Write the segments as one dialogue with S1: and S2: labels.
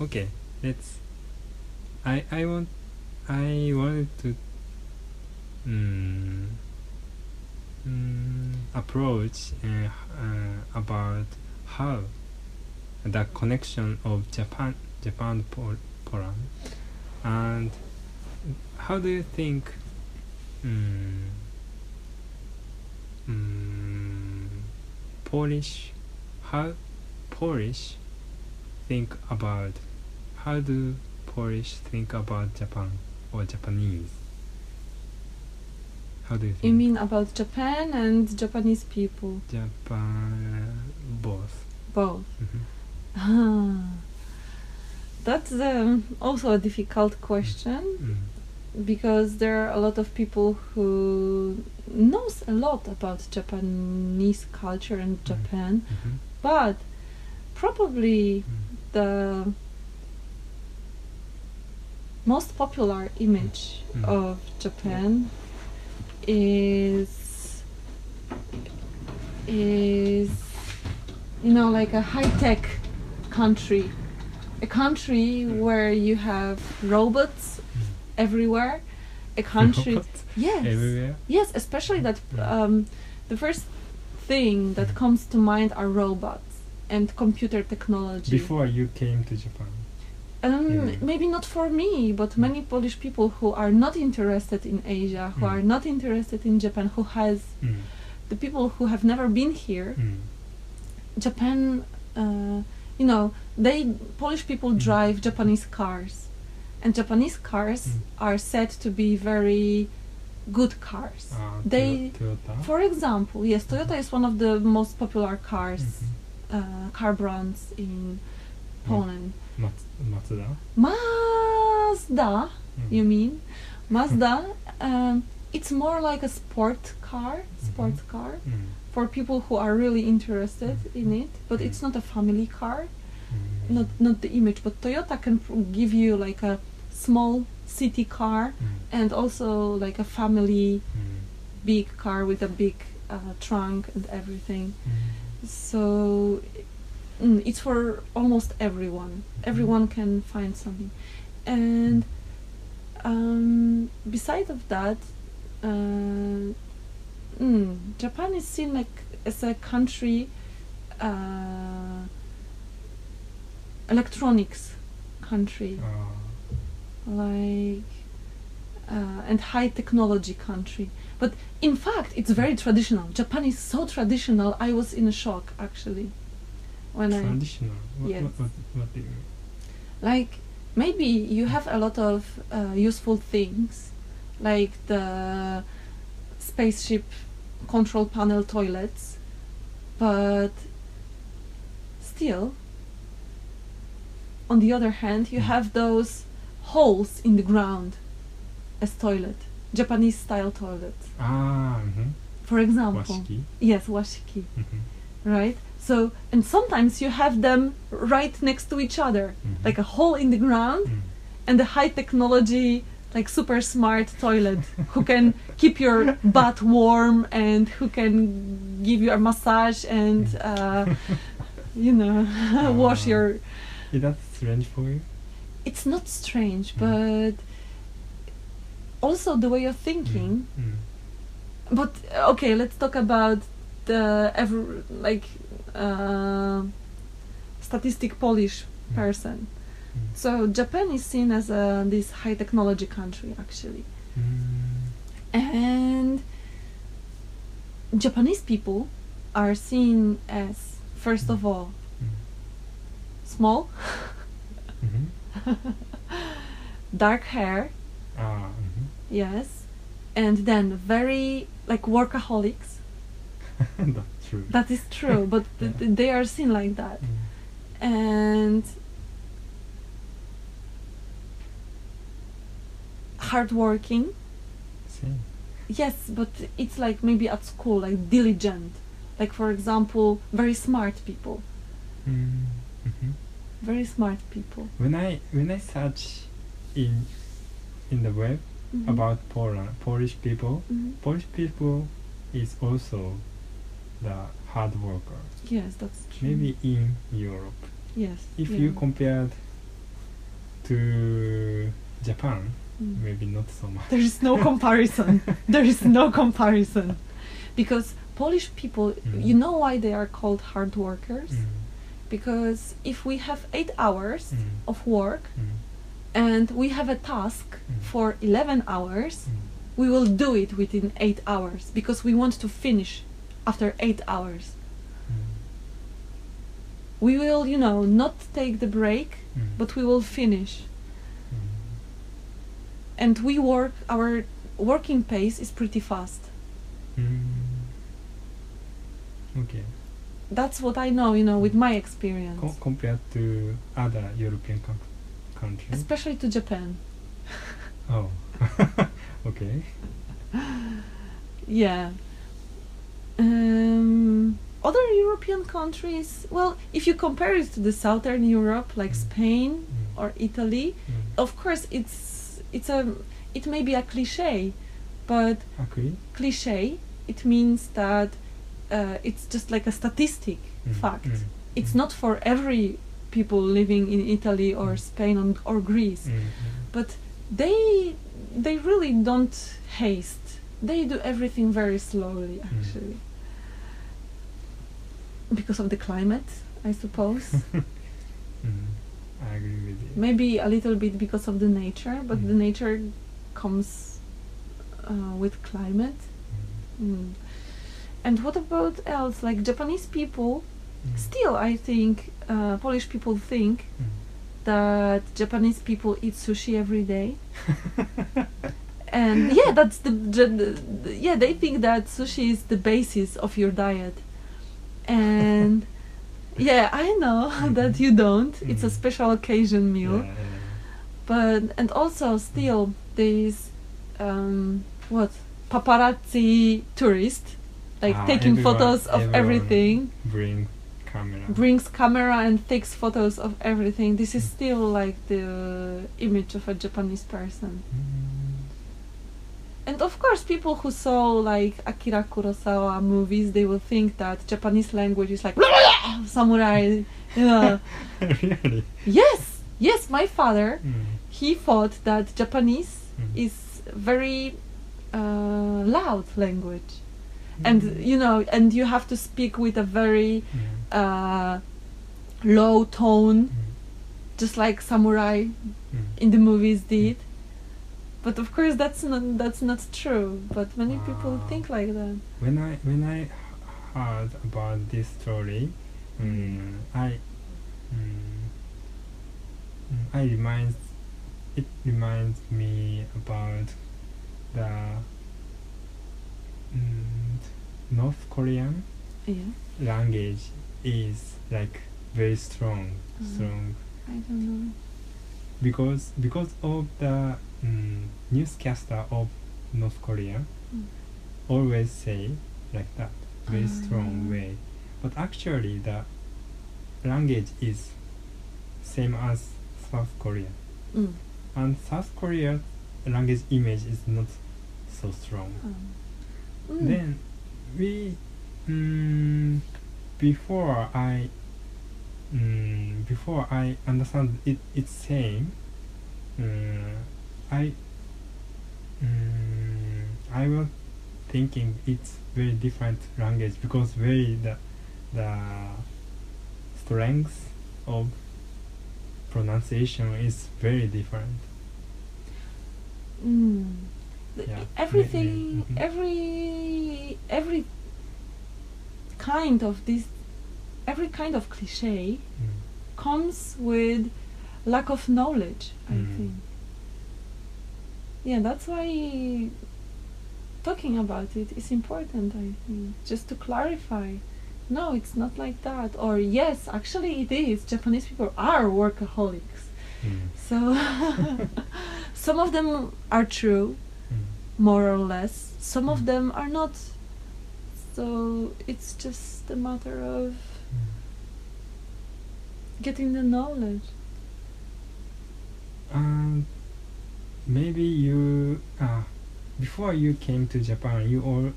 S1: okay let's i i want i wanted to mm, mm, approach uh, uh, about how the connection of japan japan Pol- poland and how do you think mm, mm, polish how polish think about how do Polish think about Japan or Japanese? How do you think?
S2: You mean about Japan and Japanese people,
S1: Japan both?
S2: both?
S1: Mhm.
S2: Ah, that's um, also a difficult question
S1: Mm.
S2: because there are a lot of people who knows a lot about Japanese culture and Japan,
S1: Mhm.
S2: but probably
S1: Mm.
S2: the most popular image
S1: Mm.
S2: of Japan is is you know like a high tech country, a country
S1: Mm.
S2: where you have robots everywhere, a country
S1: Hmm. Robots
S2: yes
S1: everywhere.
S2: yes especially that
S1: Mm.
S2: um, the first thing that
S1: Mm.
S2: comes to mind are robots and computer technology.
S1: Before you came to Japan,
S2: Um,
S1: Yeah.
S2: Maybe not for me, but many Polish people who are not interested in Asia, who
S1: Mm.
S2: are not interested in Japan, who has
S1: mm.
S2: the people who have never been here,
S1: Mm.
S2: Japan, uh, you know, they Polish people
S1: Mm.
S2: drive Japanese cars, and Japanese cars
S1: Mm.
S2: are said to be very good cars.
S1: Uh,
S2: They-
S1: Toyo- Toyota.
S2: For example, yes, Toyota is one of the most popular cars,
S1: Mhm.
S2: uh, car brands in
S1: Mm.
S2: Poland.
S1: Mats- Mazda.
S2: Mazda.
S1: Mm.
S2: you mean mazda um, it's more like a sport car sports car
S1: Mm.
S2: for people who are really interested in it but it's not a family car
S1: Mm.
S2: not not the image but toyota can pr- give you like a small city car
S1: Mm.
S2: and also like a family
S1: Mm.
S2: big car with a big uh, trunk and everything
S1: Mm.
S2: so mm, it's for almost everyone. Everyone can find something, and um, beside of that, uh, mm, Japan is seen like as a country uh, electronics country,
S1: Uh,
S2: like uh, and high technology country. But in fact, it's very traditional. Japan is so traditional. I was in a shock actually when I
S1: traditional. What,
S2: Yes.
S1: what, what, what do you mean?
S2: like maybe you have a lot of uh, useful things like the spaceship control panel toilets but still on the other hand you have those holes in the ground as toilet japanese style toilet
S1: Ah, mhm.
S2: for example
S1: Washiki.
S2: yes washiki
S1: Mhm.
S2: right so and sometimes you have them right next to each other
S1: Mhm.
S2: like a hole in the ground
S1: Mm.
S2: and the high technology like super smart toilet who can keep your butt warm and who can give you a massage and uh,
S1: Mm.
S2: you know wash
S1: Ah.
S2: your
S1: Is that strange for you?
S2: it's not strange
S1: Mm.
S2: but also the way of thinking
S1: Mm.
S2: but uh, okay let's talk about the ever like uh, statistic polish
S1: Mm.
S2: person
S1: Mm.
S2: so japan is seen as a, this high technology country actually
S1: Mm.
S2: and Japanese people are seen as first of all
S1: Mm.
S2: small,
S1: Mhm.
S2: dark hair,
S1: Ah,
S2: yes, and then very like workaholics.
S1: mhm. That's true.
S2: That is true, but th- th- they are seen like that,
S1: Mm.
S2: and hardworking.
S1: Same.
S2: Yes, but it's like maybe at school, like diligent, like for example, very smart people,
S1: Mm. Mhm.
S2: very smart people.
S1: When I when I search in in the web
S2: Mhm.
S1: about Poland, Polish people,
S2: Mhm.
S1: Polish people is also the hard worker.
S2: Yes, that's true.
S1: Maybe in Europe,
S2: Yes.
S1: if
S2: yeah.
S1: you compared to Japan,
S2: Mm.
S1: maybe not so much.
S2: There is no comparison. there is no comparison. Because Polish people,
S1: Mm.
S2: you know why they are called hard workers?
S1: Mm,
S2: Because if we have eight hours
S1: mm,
S2: of work
S1: mm,
S2: and we have a task
S1: Mm.
S2: for 11 hours,
S1: mm.
S2: we will do it within eight hours because we want to finish after eight hours. We will, you know, not take the break,
S1: Mm.
S2: but we will finish.
S1: Mm.
S2: And we work, our working pace is pretty fast.
S1: Mm. Okay.
S2: That's what I know, you know, with my experience.
S1: Co- compared to other European coun countries.
S2: Especially to Japan.
S1: Oh. okay.
S2: Yeah. Um, other European countries, well, if you compare it to the Southern Europe, like Spain
S1: Mm.
S2: or Italy,
S1: Mm.
S2: of course it's it's a it may be a cliche, but
S1: Agree.
S2: cliche it means that uh, it's just like a statistic
S1: Mm,
S2: fact.
S1: mm,
S2: It's
S1: mm.
S2: not for every people living in Italy or
S1: Mm.
S2: Spain and, or Greece,
S1: Mm, mm.
S2: but they they really don't haste. They do everything very slowly, actually, because of the climate, I suppose.
S1: Mm. I agree with you.
S2: Maybe a little bit because of the nature, but
S1: Mm.
S2: the nature comes uh, with climate.
S1: Mm,
S2: Mm. And what about else? Like Japanese people,
S1: mm,
S2: still I think uh, Polish people think
S1: mm.
S2: that Japanese people eat sushi every day. And yeah, that's the, the, the yeah they think that sushi is the basis of your diet. And yeah, I know that you don't. It's a
S1: Mhm.
S2: special occasion meal
S1: Yeah, yeah,
S2: but and also still these um, what paparazzi tourist like
S1: Ah,
S2: taking
S1: everyone-
S2: photos of
S1: everyone
S2: everything
S1: Bring camera.
S2: brings camera and takes photos of everything this is still like the image of a japanese person
S1: Mm.
S2: and of course people who saw like akira kurosawa movies they will think that japanese language is like samurai yeah.
S1: Mm. really?
S2: yes yes my father
S1: Mm.
S2: he thought that Japanese
S1: Mhm.
S2: is very uh, loud language,
S1: Mm-hmm.
S2: and you know, and you have to speak with a very
S1: Mm.
S2: uh, low tone,
S1: Mm.
S2: just like samurai
S1: Mm.
S2: in the movies did. But of course, that's not that's not true. But many people
S1: Wow.
S2: think like that.
S1: When I when I h- heard about this story, mm, I mm, mm, I reminds it reminds me about the mm, North Korean
S2: Yeah,
S1: language is like very strong,
S2: Mhm.
S1: strong
S2: I don't know.
S1: because because of the mm, newscaster of North Korea
S2: Mm.
S1: always say like that very strong
S2: Ah.
S1: way but actually the language is same as South Korea
S2: Mm.
S1: and South Korea language image is not so strong
S2: Um, mm.
S1: then we mm, before I mm, before I understand it it's same mm, I mm, I was thinking it's very different language because very the the strength of pronunciation is very different
S2: Mm. The-
S1: Yeah,
S2: Everything,
S1: maybe, mhm.
S2: every, every kind of this, every kind of cliche
S1: Mm,
S2: comes with lack of knowledge. I
S1: Mm.
S2: think. Yeah, that's why talking about it is important. I think just to clarify. No, it's not like that. Or yes, actually it is. Japanese people are workaholics.
S1: mm,
S2: So some of them are true,
S1: mm.
S2: more or less. Some of
S1: Mm.
S2: them are not. So it's just a matter of getting the knowledge.
S1: Um, maybe you uh, before you came to Japan, you all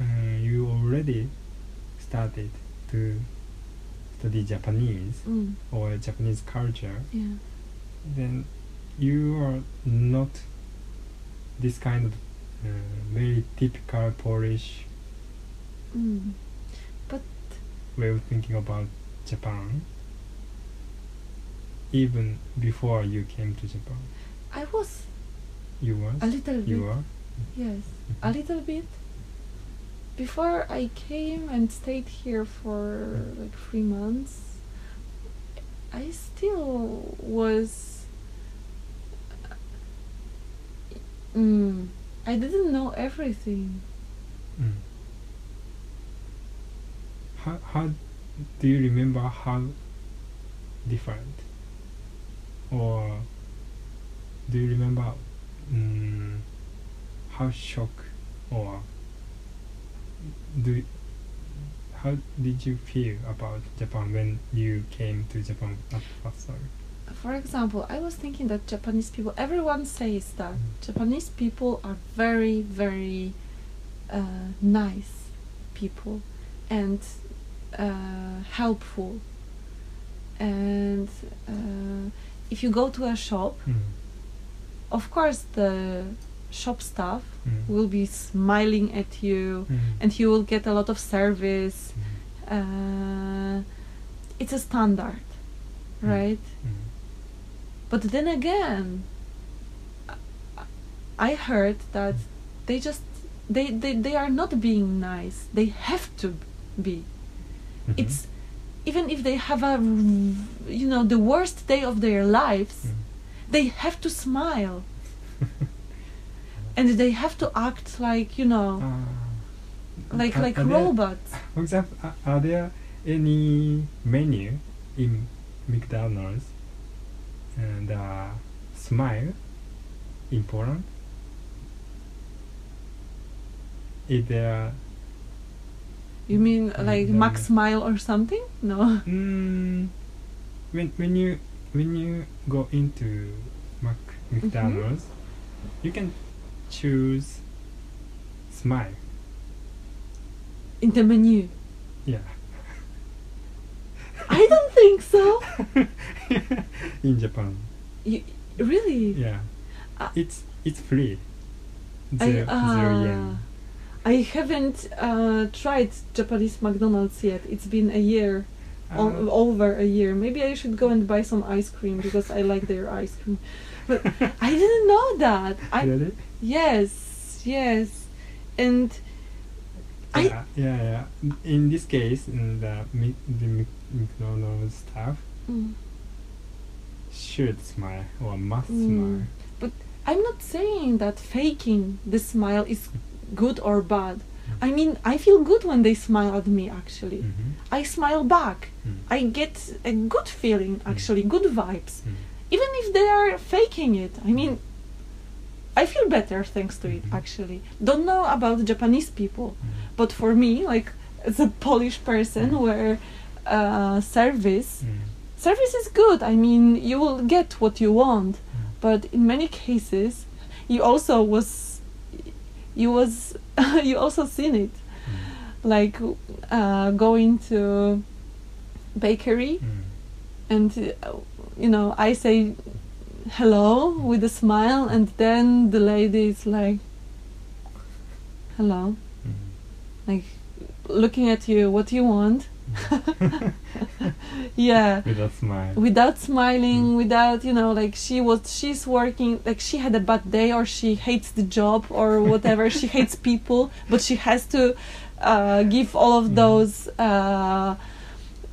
S1: uh, you already started to study Japanese
S2: Mm,
S1: or Japanese culture.
S2: yeah.
S1: Then you are not this kind of uh, very typical Polish
S2: Mm. But
S1: way of thinking about Japan. Even before you came to Japan,
S2: I was
S1: you was
S2: a little bit.
S1: you are Mm-hmm.
S2: Yes, a little bit. Before I came and stayed here for like three months, I still was. Mm, I didn't know everything.
S1: Mm. How, how do you remember how different? Or do you remember mm, how shock or do y- how did you feel about Japan when you came to Japan at first time?
S2: For example, I was thinking that Japanese people, everyone says that
S1: Mm.
S2: Japanese people are very, very uh, nice people and uh, helpful. And uh, if you go to a shop,
S1: Mm,
S2: of course, the shop staff
S1: mm,
S2: will be smiling at you
S1: mm,
S2: and you will get a lot of service.
S1: mm,
S2: Uh, it's a standard,
S1: Mm.
S2: right?
S1: mm.
S2: But then again, I- I heard that they just they, they they are not being nice. They have to be.
S1: Mhm.
S2: It's even if they have a you know the worst day of their lives,
S1: Mm.
S2: they have to smile and they have to act like you know
S1: Ah.
S2: like
S1: Are-
S2: like
S1: are there-
S2: robots.
S1: For example, are, are there any menu in McDonald's and uh, smile in Poland? Is there
S2: You mean like
S1: Mm,
S2: Max
S1: yeah.
S2: Smile or something? No.
S1: mm, when when you when you go into Mac
S2: Mm-hmm.
S1: McDonald's, you can choose smile.
S2: In the menu.
S1: Yeah,
S2: I don't think so.
S1: in Japan.
S2: You, really?
S1: Yeah,
S2: Uh,
S1: it's it's free.
S2: I, uh,
S1: Zero, zero yen.
S2: ah, I haven't uh, tried Japanese McDonald's yet. It's been a year, o-
S1: Uh,
S2: over a year. Maybe I should go and buy some ice cream because I like their ice cream. But I didn't know that. I
S1: really?
S2: yes, yes, and I-
S1: yeah, yeah, yeah. In this case, mm, the Mc- the Mc- McDonald's staff
S2: mm,
S1: should smile or must
S2: Mm.
S1: smile.
S2: I'm not saying that faking the smile is good or bad. I mean, I feel good when they smile at me. Actually,
S1: Mhm,
S2: I smile back.
S1: mm,
S2: I get a good feeling. Actually, good vibes.
S1: mm.
S2: even if they are faking it i mean i feel better thanks to it
S1: Mhm.
S2: actually don't know about japanese people
S1: Mm.
S2: but for me like as a polish person where uh, service
S1: Mm,
S2: service is good i mean you will get what you want
S1: mm.
S2: but in many cases you also was you was you also seen it like uh, going to bakery
S1: Mm,
S2: and uh, you know i say hello with a smile and then the lady is like hello
S1: mm,
S2: like looking at you what do you want yeah
S1: Mm-hmm. With a smile.
S2: without smiling
S1: Mm.
S2: without you know like she was she's working like she had a bad day or she hates the job or whatever she hates people but she has to uh, give all of
S1: Mm.
S2: those uh,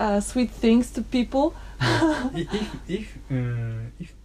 S2: uh, sweet things to people
S1: Yeah. I- if if uh, if